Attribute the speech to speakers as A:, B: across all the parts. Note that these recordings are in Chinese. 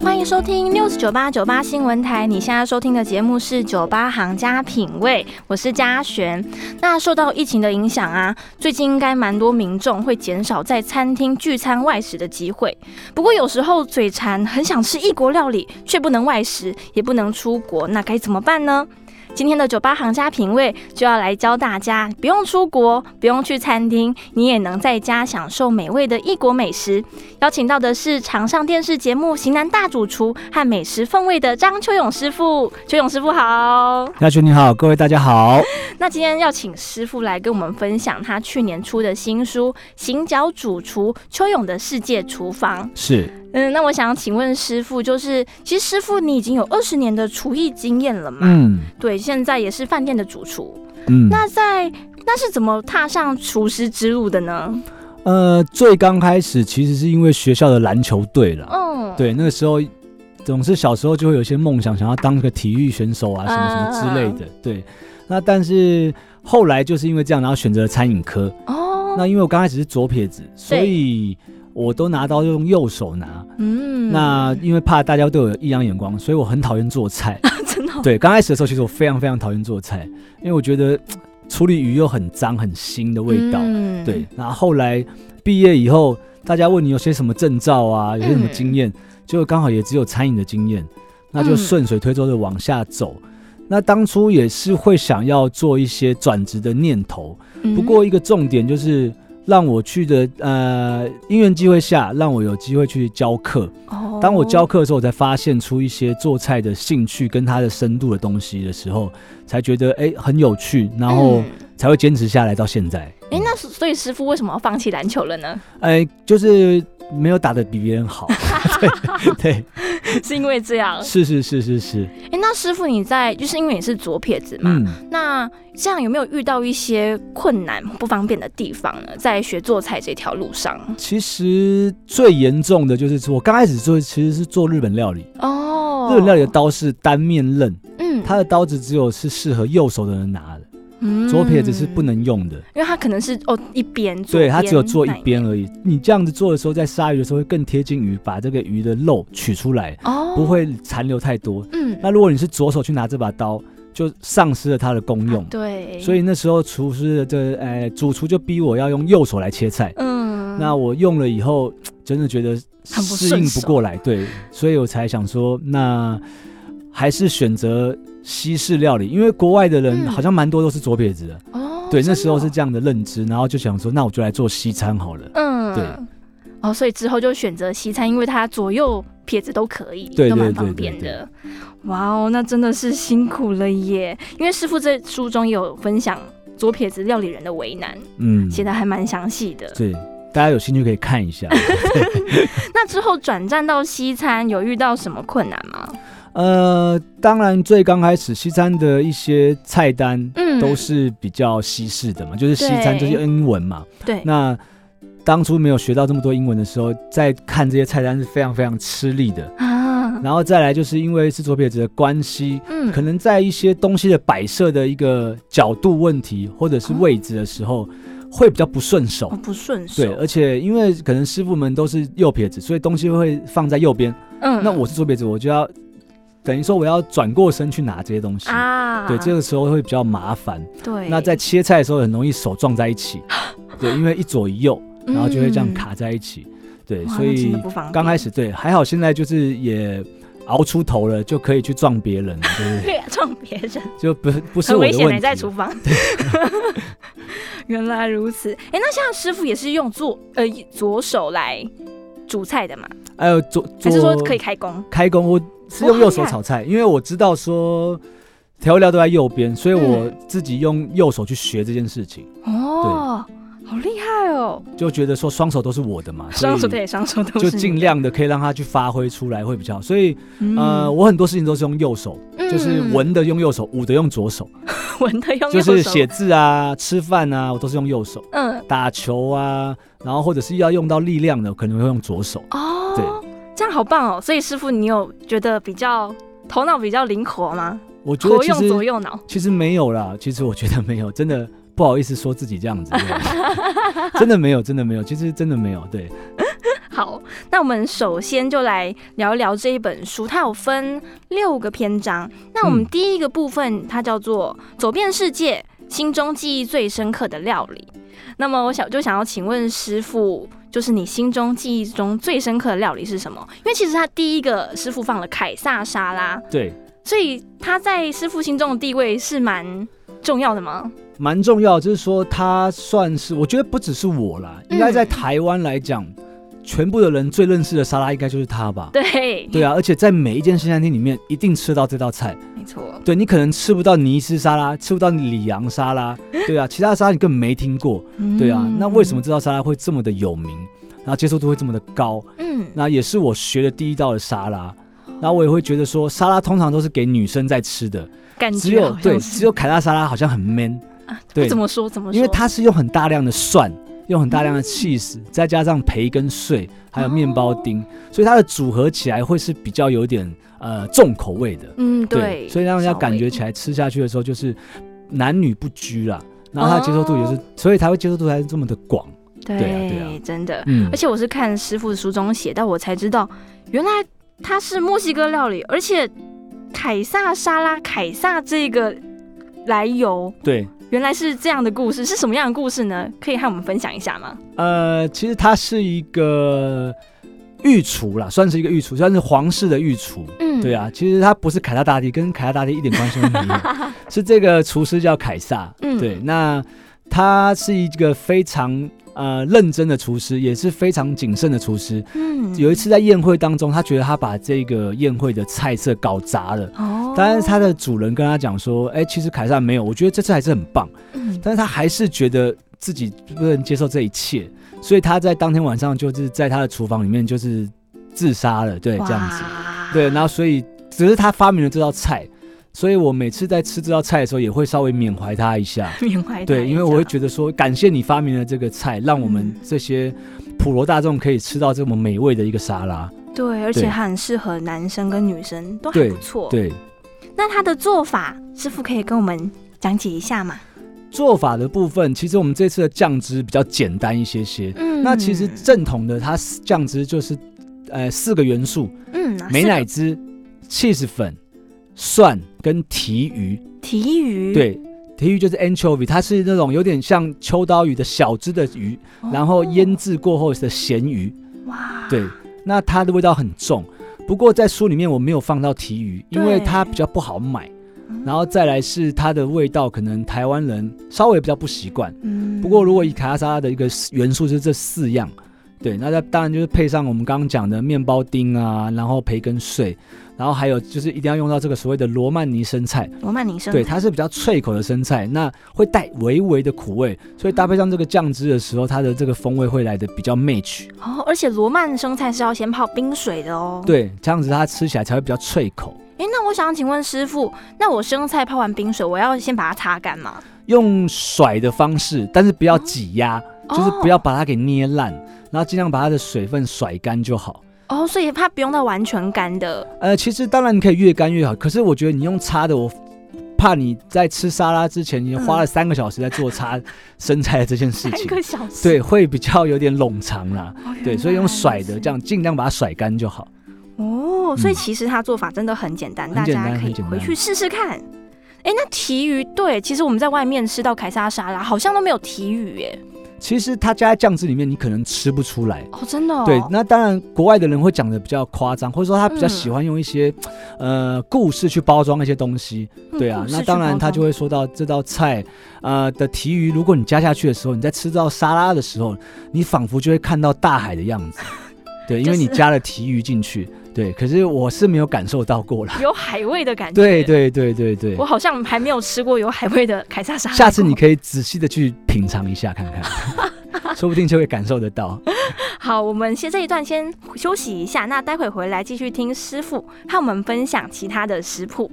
A: 欢迎收听 news 九八九八新闻台，你现在收听的节目是《酒吧行家品味》，我是嘉璇。那受到疫情的影响啊，最近应该蛮多民众会减少在餐厅聚餐外食的机会。不过有时候嘴馋，很想吃异国料理，却不能外食，也不能出国，那该怎么办呢？今天的酒吧行家品味就要来教大家，不用出国，不用去餐厅，你也能在家享受美味的异国美食。邀请到的是常上电视节目《型男大主厨》和美食风味的张秋勇师傅。秋勇师傅好。
B: 亚群你好，各位大家好。
A: 那今天要请师傅来跟我们分享他去年出的新书《行脚主厨秋勇的世界厨房》。
B: 是，
A: 嗯，那我想请问师傅，就是其实师傅你已经有二十年的厨艺经验了嘛？
B: 嗯
A: 对，现在也是饭店的主厨。
B: 嗯，
A: 那在那是怎么踏上厨师之路的呢？
B: 呃，最刚开始其实是因为学校的篮球队啦，
A: 嗯，，
B: 对，那个时候总是小时候就会有一些梦想，想要当个体育选手啊，什么什么之类的，对。那但是后来就是因为这样，然后选择了餐饮科。
A: 哦，
B: 那因为我刚开始是左撇子，所以我都拿刀用右手拿。
A: 嗯，
B: 那因为怕大家对我有异样眼光，所以我很讨厌做菜。
A: 真的哦
B: 对，刚开始的时候，其实我非常非常讨厌做菜，因为我觉得处理鱼又很脏、很腥的味道。
A: 嗯
B: 对，，然后后来毕业以后，大家问你有些什么证照啊，有些什么经验，就刚好也只有餐饮的经验，那就
A: 嗯
B: 顺水推舟的往下走。那当初也是会想要做一些转职的念头，
A: 嗯
B: 不过一个重点就是让我去的呃因缘机会下，让我有机会去教课。
A: 哦
B: 当我教课的时候，我才发现出一些做菜的兴趣跟它的深度的东西的时候，才觉得哎、很有趣，然后
A: 嗯
B: 才会坚持下来到现在。
A: 哎、那所所以师傅为什么要放弃篮球了呢？
B: 哎、就是没有打得比别人好，对
A: 是因为这样
B: 对，？是是是是是，
A: 哎、那师傅你在就是因为你是左撇子嘛，
B: 嗯，
A: 那这样有没有遇到一些困难不方便的地方呢？在学做菜这条路上？
B: 其实最严重的就是我刚开始做其实是做日本料理，
A: 哦，
B: 日本料理的刀是单面刃，
A: 嗯
B: 它的刀子只有是适合右手的人拿的，
A: 嗯
B: 左撇子是不，能用的。
A: 因为它可能是哦一边，左
B: 对，它只有做一
A: 那
B: 边而已。你这样子做的时候，在杀鱼的时候会更贴近鱼，把这个鱼的肉取出来，
A: 哦，
B: 不，会残留太多。
A: 嗯，
B: 那如果你是左手去拿这把刀，就丧失了它的功用。
A: 啊对，
B: 所
A: 以
B: 以那时候厨师的这呃主厨就逼我要用右手来切菜。
A: 嗯，
B: 那我用了以后，真的觉得
A: 很不
B: 适
A: 顺
B: 应
A: 手
B: 不过来，对，所以我才想说，那还是选择西式料理，因为国外的人
A: 嗯
B: 好像蛮多都是左撇子的，
A: 哦，
B: 对，
A: 真的
B: 那时候
A: 哦
B: 是这样的认知，然后就想说，那我就来做西餐好了。
A: 嗯，
B: 对。
A: 哦，所以之后就选择西餐，因为它左右撇子都可以，
B: 对
A: 都蛮
B: 对对
A: 方便
B: 对
A: 的。哇哦，那真的是辛苦了耶！因为师傅在书中有分享左撇子料理人的为难，
B: 嗯，
A: 写的还蛮详细的。
B: 对，大家有兴趣可以看一 下。
A: 那之后转战到西餐，有遇到什么困难吗？
B: 呃，当然最刚开始西餐的一些菜单
A: 嗯，
B: 都是比较西式的嘛，就是西餐这
A: 对
B: 些英文嘛。
A: 对，
B: 那当初没有学到这么多英文的时候，在看这些菜单是非常非常吃力的。
A: 啊，
B: 然后再来就是因为是左撇子的关系，
A: 嗯
B: 可能在一些东西的摆设的一个角度问题或者是位置的时候，会比较不顺手
A: 嗯哦。不顺手，
B: 对，而且因为可能师傅们都是右撇子，所以东西会放在右边。
A: 嗯
B: 那我是左撇子，我就要等于说我要转过身去拿这些东西。
A: 啊，
B: 对，这个时候会比较麻烦。
A: 对，
B: 那在切菜的时候很容易手撞在一 起，对，因为一左一右，然后就会这样卡在一起。对，
A: 嗯，哇
B: 所
A: 那真
B: 以
A: 的不方便
B: 刚开始对还好，现在就是也熬出头了，就可以去撞别人，对 不对？
A: 越 撞别人。
B: 就不不是
A: 很
B: 我
A: 危
B: 的
A: 险
B: 问
A: 的，
B: 题。
A: 在厨房。 原来如此，哎、那像师傅也是用左呃左手来煮菜的嘛？
B: 还有左
A: 还
B: 左
A: 是说可以啊开工？
B: 开工，我是用右手炒菜，因为我知道说调味料都
A: 嗯
B: 在右边，所以我自己用右手去学这件事情。
A: 哦，好厉害快哦，
B: 就觉得说双手都是我的嘛，所以
A: 双手对，双手都
B: 就是尽量的可以让他去发挥出来会比较好。所以
A: 你的
B: 呃，我很多事情都是用右手，
A: 嗯
B: 就是文的用右手，武的用左手，
A: 文的用
B: 就
A: 右手
B: 是写字啊、吃饭啊，我都是用右手。
A: 嗯
B: 打球啊，然后或者是要用到力量的，可能会用左手。
A: 哦，这样好棒哦。所以师傅，你有觉得比较头脑比较灵活吗？
B: 我觉得
A: 活
B: 其
A: 用左
B: 实
A: 右脑，
B: 其实没有啦，其实我觉得没有，真的不好意思说自己这样子，对 真的没有，真的没有，其实真的没有。对，
A: 好，那我们首先就来聊一聊这一本书，它有分六个篇章。那我们
B: 嗯
A: 第一个部分，它叫做《走遍世界：心中记忆最深刻的料理》。那么我想就想要请问师傅，就是你心中记忆中最深刻的料理是什么？因为其实他第一个师傅放了凯撒沙拉，
B: 对，
A: 所以他在师傅心中的地位是蛮重要的吗？
B: 蛮重要，就是说它算是，我觉得不只是我啦，
A: 嗯
B: 应该在台湾来讲，全部的人最认识的沙拉应该就是它吧。
A: 对，
B: 对啊，而且在每一间西餐厅里面，一定吃到这道菜。
A: 没错，
B: 对你可能吃不到尼斯沙拉，吃不到里昂沙 拉，对啊，其他沙拉你根本没听过。对啊，
A: 嗯
B: 那为什么？这道沙拉会这么的有名，然后接受度会这么的高？
A: 嗯，
B: 那也是我学的第一道的沙拉。然后我也会觉得说，沙拉通常都是给女生在吃的，
A: 感觉
B: 只有
A: 好像
B: 对，
A: 是
B: 只有凯撒沙拉好像很 man，
A: 啊
B: 对
A: 怎么说怎么说？
B: 因为它是用很大量的蒜，用很大量的 cheese，、再
A: 嗯
B: 加上培根碎，还有面包丁，
A: 哦
B: 所以它的组合起来会是比较有点呃重口味的。
A: 嗯，对，
B: 所以让人家
A: 稍
B: 感
A: 微
B: 觉起来吃下去的时候就是男女不拘啦，然后它的接受度也是，
A: 哦
B: 所以才会接受度才是这么的广。
A: 对
B: 对啊对啊
A: 真的。
B: 嗯
A: 而且我是看师傅的书中写到，我才知道原来它是墨西哥料理，而且凯撒沙拉凯撒这个来由
B: 对，
A: 原来是这样的故事，是什么样的故事呢？可以和我们分享一下吗？
B: 呃，其实他是一个御厨啦，算是一个御厨，算是皇室的御厨。
A: 嗯
B: 对，啊，其实他不是凯撒大帝，跟凯撒大帝一点关系都没有， 是这个厨师叫凯撒。
A: 嗯
B: 对，那他是一个非常呃认真的厨师，也是非常谨慎的厨师。
A: 嗯
B: 有一次在宴会当中，他觉得他把这个宴会的菜色搞砸了。
A: 哦，
B: 但是他的主人跟他讲说：“哎、其实凯撒没有，我觉得这次还是很棒。”
A: 嗯
B: 但是他还是觉得自己不能接受这一切，所以他在当天晚上就是在他的厨房里面就是自杀了，对，这样子，
A: 哇
B: 对，然后所以只是他发明了这道菜，所以我每次在吃这道菜的时候也会稍微缅怀他一下，
A: 缅怀
B: 对，因为我会觉得
A: 得
B: 说感谢你发明了这个菜，让我们
A: 嗯
B: 这些普罗大众可以吃到这么美味的一个沙拉，
A: 对，而且
B: 对
A: 它很适合男生跟女生，都还
B: 对
A: 不错。，
B: 对。
A: 那它的做法，师傅可以跟我们讲解一下吗？
B: 做法的部分，其实我们这次的酱汁比较简单一些些，
A: 嗯
B: 那其实正统的它酱汁就是，呃，四个元素，
A: 嗯，哪
B: 美
A: 四个
B: 乃滋、cheese 粉、蒜跟提鱼。
A: 提鱼，
B: 对，提鱼就是 anchovy，它是那种有点像秋刀鱼的小只的鱼，
A: 哦，啊
B: 然后腌制过后的咸鱼。
A: 哇，
B: 对，那它的味道很重。不过在书里面我没有放到提鱼，因为
A: 对
B: 它比较不好买。
A: 嗯
B: 然后再来是它的味道，可能台湾人稍微比较不习惯。
A: 嗯
B: 不过如果以卡拉沙拉的一个元素就是这四样，对，那它当然就是配上我们刚刚讲的面包丁啊，然后培根碎，然后还有就是一定要用到这个所谓的罗曼尼生菜，
A: 罗曼尼生
B: 对，它是比较脆口的生菜，那会带微微的苦味，所以搭配上这个酱汁的时候，它的这个风味会来的比较 match，
A: 哦，而且罗曼生菜是要先泡冰水的哦。，
B: 对，这样子它吃起来才会比较脆口。
A: 哎，那我想请问师傅，那我生菜泡完冰水，我要先把它擦干吗？
B: 用甩的方式，但是不要挤压，就是
A: 哦
B: 不要把它给捏烂，然后尽量把它的水分甩干就好。
A: 哦哦，所以它不用到完全干的。
B: 呃，其实当然你可以越干越好，可是我觉得你用擦的，我怕你在吃沙拉之前，你花了三个小时在做 擦生菜的这件事
A: 三
B: 情，
A: 个小时，
B: 对，会比较有点冗长 啦。
A: 哦
B: 对，所以用甩的，这。
A: 原来如
B: 样尽量把它甩干就好。
A: 此哦，所以
B: 嗯
A: 其实它做法真的很简单，
B: 很
A: 大
B: 简
A: 家
B: 单
A: 可
B: 很
A: 以
B: 简
A: 回
B: 单
A: 去试试看。哎，那提鱼，对，其实我们在外面吃到凯撒沙拉，好像都没有提鱼耶。
B: 其实它加在酱汁里面，你可能吃不出来。
A: 哦，真的、哦。
B: 对，那当然，国外的人会讲的比较夸张，或者说他比较
A: 嗯
B: 喜欢用一些，呃，故事去包装一些东西。
A: 嗯
B: 对啊
A: 故，事
B: 那
A: 去
B: 当
A: 包
B: 然他
A: 装
B: 就会说到这道菜，呃的提鱼，如果你加下去的时候，你在吃到沙拉的时候，你仿佛就会看到大海的样 子。对，因
A: 就
B: 为你
A: 是
B: 加了提鱼进去。对，可是我是没有感受到过啦。
A: 有海味的感觉。
B: 对，对对对对
A: 我，好像还没有吃过有海味的凯撒沙拉。
B: 下次你可以仔细的去品尝一下看看。 说不定就会感受得到。
A: 好，我们先这一段先休息一下，那待会回来继续听师傅和我们分享其他的食谱。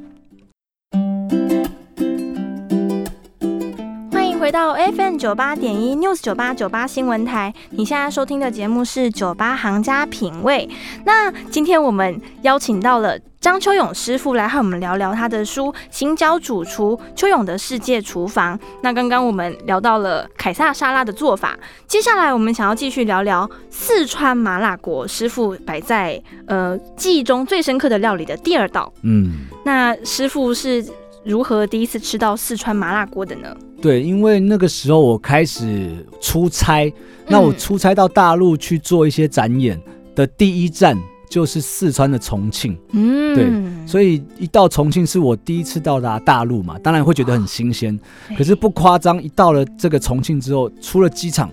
A: 欢迎回到 FM 九八点一 News 九八九八新闻台，你现在收听的节目是《酒吧行家品味》。那今天我们邀请到了张秋勇师傅来和我们聊聊他的书《行脚主厨：秋勇的世界厨房》。那刚刚我们聊到了凯撒沙拉的做法，接下来我们想要继续聊聊四川麻辣锅师傅摆在呃记忆中最深刻的料理的第二道。
B: 嗯，
A: 那师傅是如何第一次吃到四川麻辣锅的呢？
B: 对，因为那个时候我开始出差，那我
A: 嗯
B: 出差到大陆去做一些展演的第一站就是四川的重庆，
A: 嗯，
B: 所以一到重庆是我第一次到达大陆嘛，当然会觉得很新鲜。
A: 啊对
B: 可是不夸张，一到了这个重庆之后，出了机场，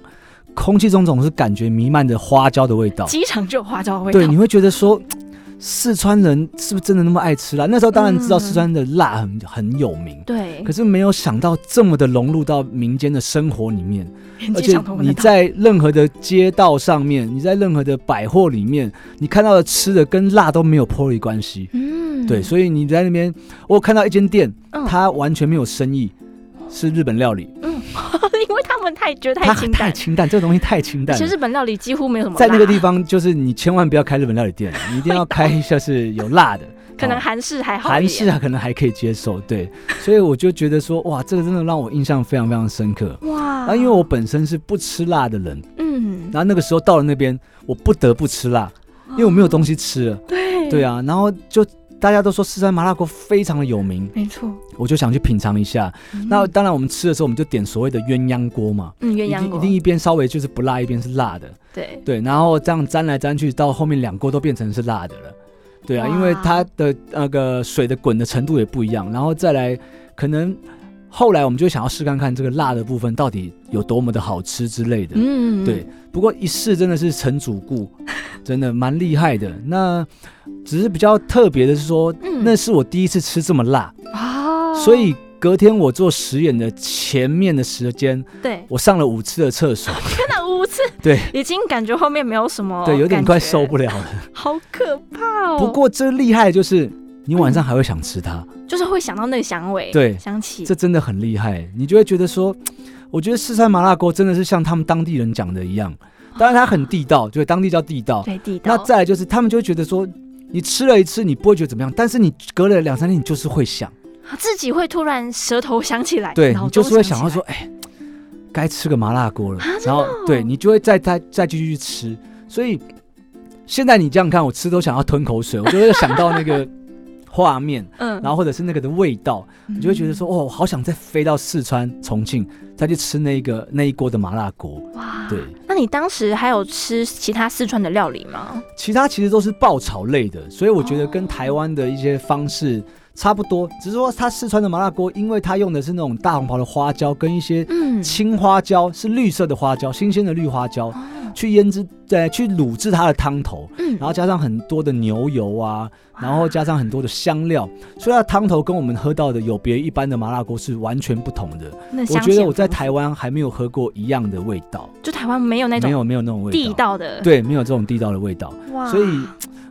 B: 空气中总是感觉弥漫着花椒的味道。
A: 机场就有花椒味道。
B: 对，你会觉得说，嘖四川人是不是真的那么爱吃辣？那时候当然知道
A: 嗯
B: 四川的辣很很有名，
A: 对
B: 可是没有想到这么的融入到民间的生活里面。
A: 连
B: 而
A: 机
B: 且
A: 场都闻
B: 你
A: 得到。
B: 在任何的街道上面，你在任何的百货里面，你看到的吃的跟辣都没有脱离关系。
A: 嗯
B: 对，所以你在那边，我有看到一间店，
A: 嗯
B: 它完全没有生意，是日本料理，
A: 以 因为他们太觉得
B: 它
A: 太清
B: 太
A: 淡，
B: 清淡，这个东西太清淡
A: 其实
B: 了。
A: 日本料理几乎没有什么辣，
B: 在那个地方，就是你千万不要开日本料理店， 你一定要开就是有辣的，
A: 可能
B: 哦
A: 韩式还 好一
B: 韩
A: 点。
B: 式啊，可能还可以接受。对，所以我就觉得说，哇，这个真的让我印象非常非常深刻。
A: 哇，
B: 啊，因为我本身是不吃辣的人，
A: 嗯，
B: 然后那个时候到了那边，我不得不吃辣，因为我没有东西吃了。
A: 对
B: 对，啊，然后就大家都说四川麻辣锅非常的有名，
A: 没错。
B: 我就想去品尝一下。那当然，我们吃的时候我们就点所谓的鸳鸯锅嘛，
A: 嗯，
B: 一
A: 鸳鸯
B: 定一
A: 锅
B: 定一边稍微就是不辣，一边是辣的，
A: 对，
B: 对，然后这样沾来沾去，到后面两锅都变成是辣的了，对啊，
A: 哇
B: 因为它的呃那个水的滚的程度也不一样，然后再来可能后来我们就想要试看看这个辣的部分到底有多么的好吃之类的，
A: 嗯
B: 对，不过一试真的是成主 顾，真的蛮厉害的。那只是比较特别的是说，
A: 嗯
B: 那是我第一次吃这么辣，
A: 哦，
B: 所以隔天我做实验的前面的时间，
A: 对，
B: 我上了五次的厕所，
A: 天哪，五次，
B: 对，
A: 已经感觉后面没有什么，
B: 对，有点快受，不了了。
A: 好可怕哦。
B: 不过这厉害的就是你晚上还会想吃它，
A: 就是会想到那个香味，
B: 对
A: 香气，
B: 这真的很厉害，你就会觉得说，我觉得四川麻辣锅真的是像他们当地人讲的一样，当然它很地道，就是当地叫地道，
A: 哦对地道。
B: 那再来就是，他们就会觉得说，你吃了一次，你不会觉得怎么样，但是你隔了两三天，你就是会想，
A: 自己会突然舌头想起来，
B: 对
A: 哎脑
B: 你
A: 中
B: 就是会
A: 想
B: 想
A: 起
B: 要说，，
A: 来
B: 哎，该吃个麻辣锅了，
A: 啊真的
B: 然后
A: 哦
B: 对你就会再再再继续去吃。所以现在你这样看，我吃都想要吞口水，我就会想到那个画面，
A: 嗯，
B: 然后或者是那个的味道，
A: 你
B: 你就会觉得说，哦，我好想再飞到四川重庆，再去吃那个那一锅的麻辣锅。
A: 嗯哇，
B: 对，
A: 那你当时还有吃其他四川的料理吗？
B: 其他其实都是爆炒类的，所以我觉得
A: 哦
B: 跟台湾的一些方式差不多，只是说它四川的麻辣锅，因为它用的是那种大红袍的花椒跟一些
A: 嗯，
B: 青花椒，是绿色的花椒，新鲜的绿花椒，
A: 哦
B: 去腌制，呃，去卤制它的汤头，
A: 嗯
B: 然后加上很多的牛油啊，然后加上很多的香料，所以它的汤头跟我们喝到的有别于一般的麻辣锅是完全不同的。
A: 那
B: 我
A: 香
B: 觉
A: 气
B: 得
A: 很
B: 我在
A: 丰富
B: 台湾还没有喝过一样的味道，
A: 就台湾没有那
B: 没
A: 种
B: 有没有那种味道，
A: 地道的，
B: 对，没有这种地道的味道。
A: 哇，
B: 所以，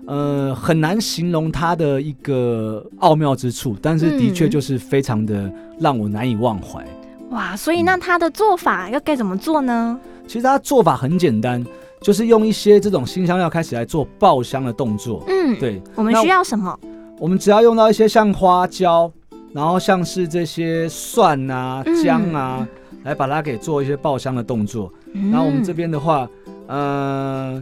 B: 呃，很难形容它的一个奥妙之处，但是的确
A: 嗯
B: 就是非常的让我难以忘怀。
A: 哇，所以那
B: 嗯
A: 它的做法要该怎么做呢？
B: 其实它做法很简单，就是用一些这种新香料开始来做爆香的动作。
A: 嗯，，
B: 对
A: 我们
B: 那
A: 需要什么？
B: 我们只要用到一些像花椒，然后像是这些蒜啊
A: 嗯、
B: 姜啊，来把它给做一些爆香的动作。
A: 然
B: 然后我们这边的话，呃，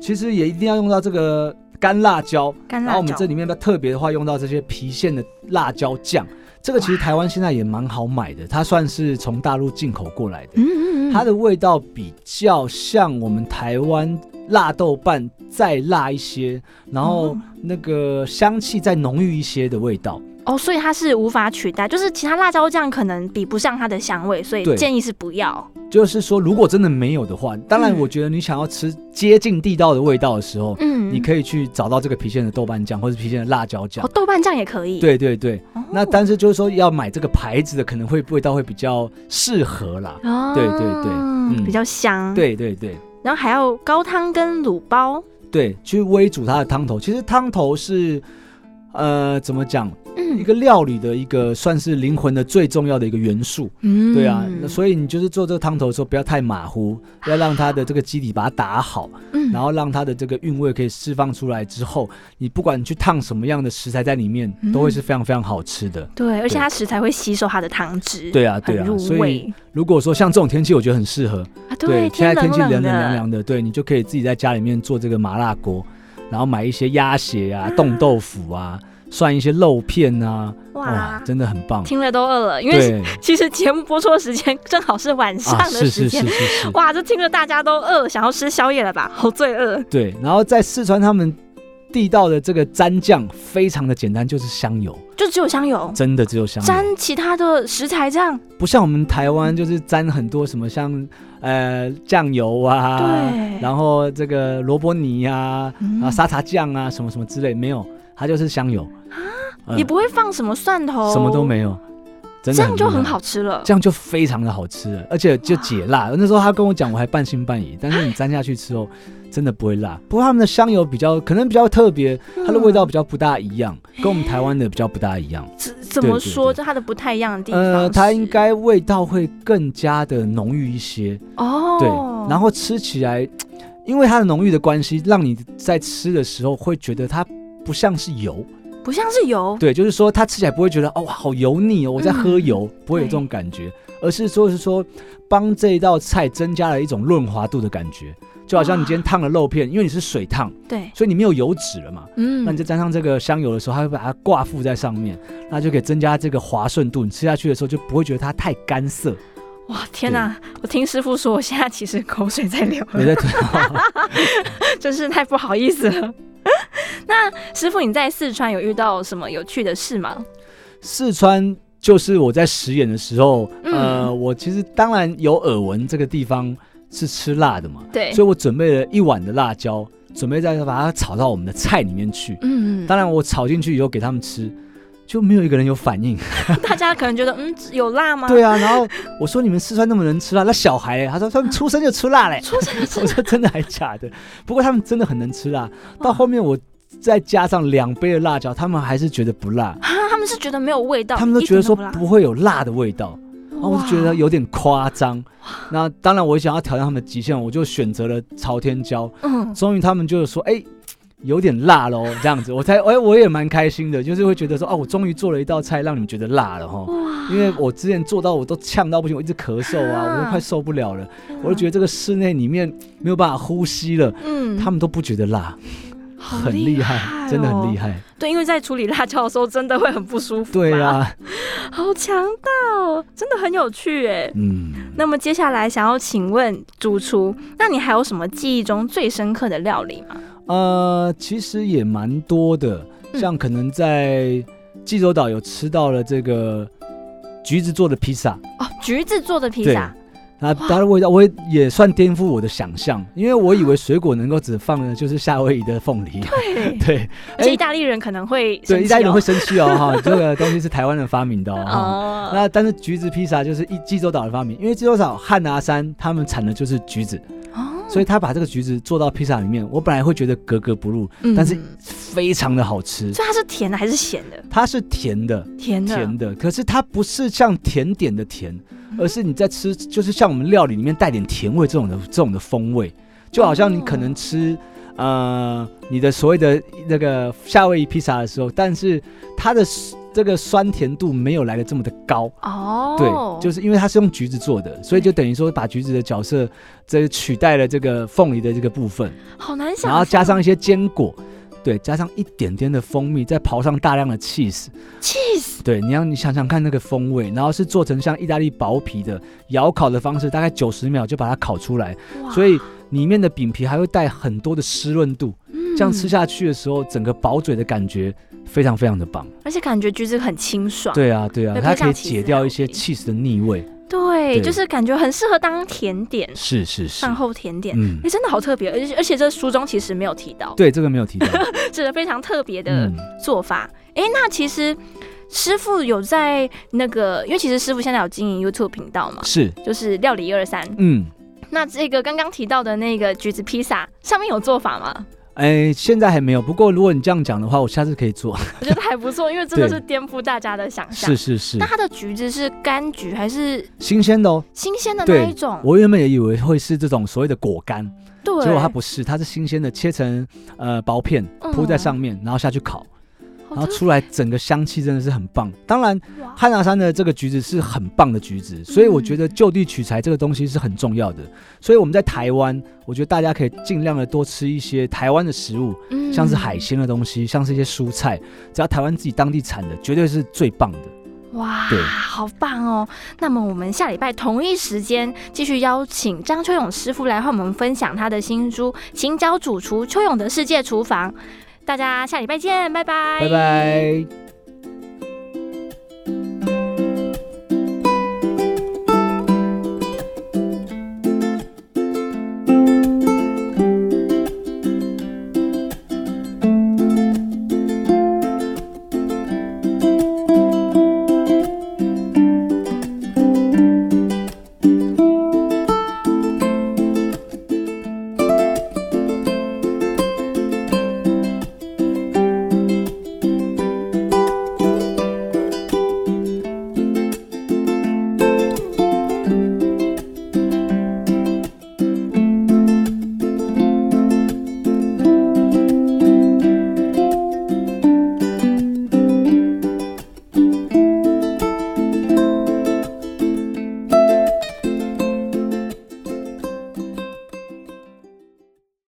B: 其实也一定要用到这个干辣椒。
A: 干
B: 然
A: 辣
B: 后我
A: 椒，
B: 们这里面比较特别的话，用到这些郫县的辣椒酱，这个其实台湾现在也蛮好买的，它算是从大陆进口过来的，
A: 嗯嗯嗯，
B: 它的味道比较像我们台湾辣豆瓣再辣一些，然后那个香气再浓郁一些的味道。
A: 哦，所以它是无法取代，就是其他辣椒酱可能比不上它的香味，所以
B: 对
A: 建议是不要。
B: 就是说，如果真的没有的话，当然
A: 嗯
B: 我觉得你想要吃接近地道的味道的时候，
A: 嗯，
B: 你可以去找到这个郫县的豆瓣酱或者郫县的辣椒酱
A: 哦，。豆瓣酱也可以。，
B: 对对对，
A: 哦、
B: 那但是就是说要买这个牌子的，可能会味道会比较适合啦。
A: 哦，
B: 对对对嗯
A: 比较香。，
B: 对对对
A: 然后还有高汤跟卤包，
B: 对，去煨煮它的汤头。其实汤头是，呃，怎么讲，一
A: 嗯
B: 个料理的一个算是灵魂的最重要的一个元素。
A: 嗯
B: 对啊，那所以你就是做这个汤头的时候，不要太马虎，要让它的这个基底把它打好，
A: 嗯
B: 然后让它的这个韵味可以释放出来之后，你不管去烫什么样的食材在里面，
A: 嗯
B: 都会是非常非常好吃的。
A: 对，而且
B: 对
A: 它食材会吸收它的汤汁，
B: 对啊，对
A: 很
B: 啊
A: 入，
B: 所以
A: 味
B: 如果说像这种天气，我觉得很适合。
A: 啊。对，
B: 现在天气
A: 冷
B: 冷
A: 冷
B: 凉凉的，对你就可以自己在家里面做这个麻辣锅，然后买一些鸭血啊、冻豆腐啊、涮一些肉片啊，哇
A: 哇，，
B: 真的很棒。
A: 听了都饿了，因为
B: 对，
A: 其实节目播出的时间正好是晚上
B: 啊，
A: 的
B: 是
A: 时
B: 是
A: 间
B: 是是，是。
A: 哇，这听着大家都饿，想要吃宵夜了吧？好罪恶，
B: 对，然后在四川他们地道的这个蘸酱非常的简单，就是香油，
A: 就只有香油，
B: 真的只有香油，
A: 沾其他的食材这样，
B: 不像我们台湾就是沾很多什么像呃酱油啊，
A: 对
B: 然后这个萝卜泥啊，
A: 嗯
B: 然后沙茶酱啊什么什么之类，没有，它就是香油啊
A: 也不会放什么蒜头，
B: 什么都，没有，真的
A: 这样就
B: 厉害
A: 很好。吃了
B: 这。样就非常的好吃了，而且就解辣。那时候他跟我讲，我还半信半疑，但是你沾下去之后，真的不会辣。不过他们的香油比较，可能比较特别，它的味道比较不大一样，
A: 嗯
B: 跟我们台湾的比较不大一样。
A: 怎怎么
B: 对对
A: 说？
B: 对
A: 就它的不太一样的地方是，
B: 呃，它应该味道会更加的浓郁一些，
A: 哦，
B: 对。然后吃起来，因为它的浓郁的关系，让你在吃的时候会觉得它不像是油，
A: 不像是油，
B: 对，就是说它吃起来不会觉得哦哇好油腻哦，我在喝油，
A: 嗯
B: 不会有这种感觉，而是说是说帮这一道菜增加了一种润滑度的感觉，就好像你
A: 啊
B: 今天烫了肉片，因为你是水烫，
A: 对，
B: 所以你没有油脂了嘛，
A: 嗯，
B: 那你再沾上这个香油的时候，它会把它挂附在上面，那就可以增加这个滑顺度。你吃下去的时候就不会觉得它太干 涩。
A: 哇，天哪、我听师傅说，我现在其实口水在 流
B: 你
A: 了，
B: 在推
A: 真是太不好意思了。 那师傅，你在四川有遇到什么有趣的事吗？
B: 四川，就是我在食演的时候，
A: 嗯
B: 呃，我其实当然有耳闻这个地方是吃辣的嘛，
A: 对，
B: 所以我准备了一碗的辣椒，准备再把它炒到我们的菜里面去。
A: 嗯，
B: 当然，我炒进去以后给他们吃，就没有一个人有反 应。
A: 大家可能觉得，嗯，有辣吗？
B: 对啊，然后我说你们四川那么能吃辣，那小孩欸他说他们出生就吃辣嘞。
A: 出生就吃
B: 我说真的还假的？不过他们真的很能吃辣。到后面我再加上两杯的辣椒，他们还是觉得不辣，
A: 啊，他们是觉得没有味道，
B: 他们都觉得说
A: 一点
B: 不会有辣的味道。
A: 都
B: 然
A: 不
B: 后我就
A: 辣，
B: 觉得有点夸张。那当然，我也想要挑战他们的极限，我就选择了朝天椒。
A: 嗯，
B: 终于他们就是说，哎、有点辣喽，这样子，我才，哎、我也蛮开心的，就是会觉得说，哦，我终于做了一道菜让你们觉得辣了哈。
A: 哇，
B: 因为我之前做到我都呛到不行，我一直咳嗽啊，
A: 啊
B: 我都快受不了了，我就觉得
A: 得，
B: 这个室内里面没有办法呼吸了，
A: 嗯，
B: 他们都不觉得辣，
A: 好
B: 很厉害，真的很厉
A: 害哦。
B: 害。
A: 对，因为在处理辣椒的时候，真的会很不舒服。
B: 对，啊，
A: 好强大哦，真的很有趣哎。
B: 嗯，
A: 那么接下来想要请问主厨，那你还有什么记忆中最深刻的料理吗？
B: 呃，其实也蛮多的，
A: 嗯
B: 像可能在济州岛有吃到了这个橘子做的披萨，
A: 哦，橘子做的披萨，
B: 那它的味道，我也也算颠覆我的想象，因为我以为水果能够只放的就是夏威夷的凤梨，
A: 对，
B: 对，哎
A: 而且意大利人可能会生气哦
B: 对，意大利人会生气哦，哈，这个东西是台湾人发明的哦。哈
A: 哦，
B: 那但是橘子披萨就是一济州岛的发明，因为济州岛汉拿山他们产的就是橘子，
A: 哦
B: 所以他把这个橘子做到披萨里面。我本来会觉得格格不入，
A: 嗯
B: 但是非常的好吃。
A: 所以它是甜的还是咸的？
B: 它是甜的，
A: 甜的，
B: 甜的，可是它不是像甜点的甜，而是你在吃，就是像我们料理里面带点甜味这种的这种的风味，就好像你可能吃。呃，你的所谓的那个夏威夷披萨的时候，但是它的 s- 这个酸甜度没有来的这么的高，
A: 哦，嗯
B: 对，就是因为它是用橘子做的，所以就等于说把橘子的角色这取代了这个凤梨的这个部分，
A: 好难想象，
B: 然后加上一些坚果，对，加上一点点的蜂蜜，再刨上大量的 cheese，
A: cheese，
B: 对，你要你想想看那个风味，然后是做成像意大利薄皮的，窑烤的方式，大概九十秒就把它烤出来，
A: 哇
B: 所以里面的饼皮还会带很多的湿润度，这样吃
A: 下，
B: 下去的时候，整个饱嘴的感觉非常非常的棒。
A: 而且感觉橘子很清爽。
B: 对啊，对啊，
A: 对
B: 它
A: 配上
B: 可以
A: 起
B: 解
A: 司
B: 掉
A: 料
B: 一些
A: 理
B: cheese 的腻味。
A: 对，
B: 对
A: 就是感觉很适合当甜点，
B: 是是是
A: 饭，后甜点。
B: 嗯
A: 哎、，真的好特别，而且而且这书中其实没有提 到，
B: 对，这个没有提 到。
A: 这是非常特别的
B: 嗯，
A: 做法。哎、那其实师傅有在那个，因为其实师傅现在有经营 YouTube 频道嘛，
B: 是，
A: 就是料理一二三。
B: 嗯，
A: 那这个刚刚提到的那个橘子披萨上面有做法吗？
B: 哎，现在还没有。不过如果你这样讲的话，我下次可以 做。
A: 我觉得还不 错，因为真的
B: 对
A: 是颠覆大家的想象
B: 是。是是
A: 那，它的橘子是柑橘还是
B: 新鲜的哦。
A: 新鲜的那
B: 对
A: 一种？
B: 我原本也以为会是这种所谓的果干，
A: 对，
B: 结果它不是，它是新鲜的，切成呃薄片铺在
A: 嗯哦
B: 上面，然后下去烤，
A: 好
B: 然后
A: 特啊
B: 出来整个香气真的是很棒。当然，
A: 哇
B: 汉拿山的这个橘子是很棒的橘
A: 嗯
B: 子，所以我觉得就地取材这个东西是很重要的。所以我们在台湾，我觉得大家可以尽量的多吃一些台湾的食物，
A: 嗯
B: 像是海鲜的东西，像是一些蔬菜，只要台湾自己当地产的，绝对是最棒的。
A: 哇
B: 对，
A: 好棒哦！那么我们下礼拜同一时间继续邀请张秋勇师傅来和我们分享他的新书《行脚主厨秋勇的世界厨房》。大家下礼拜见，拜拜，
B: 拜拜。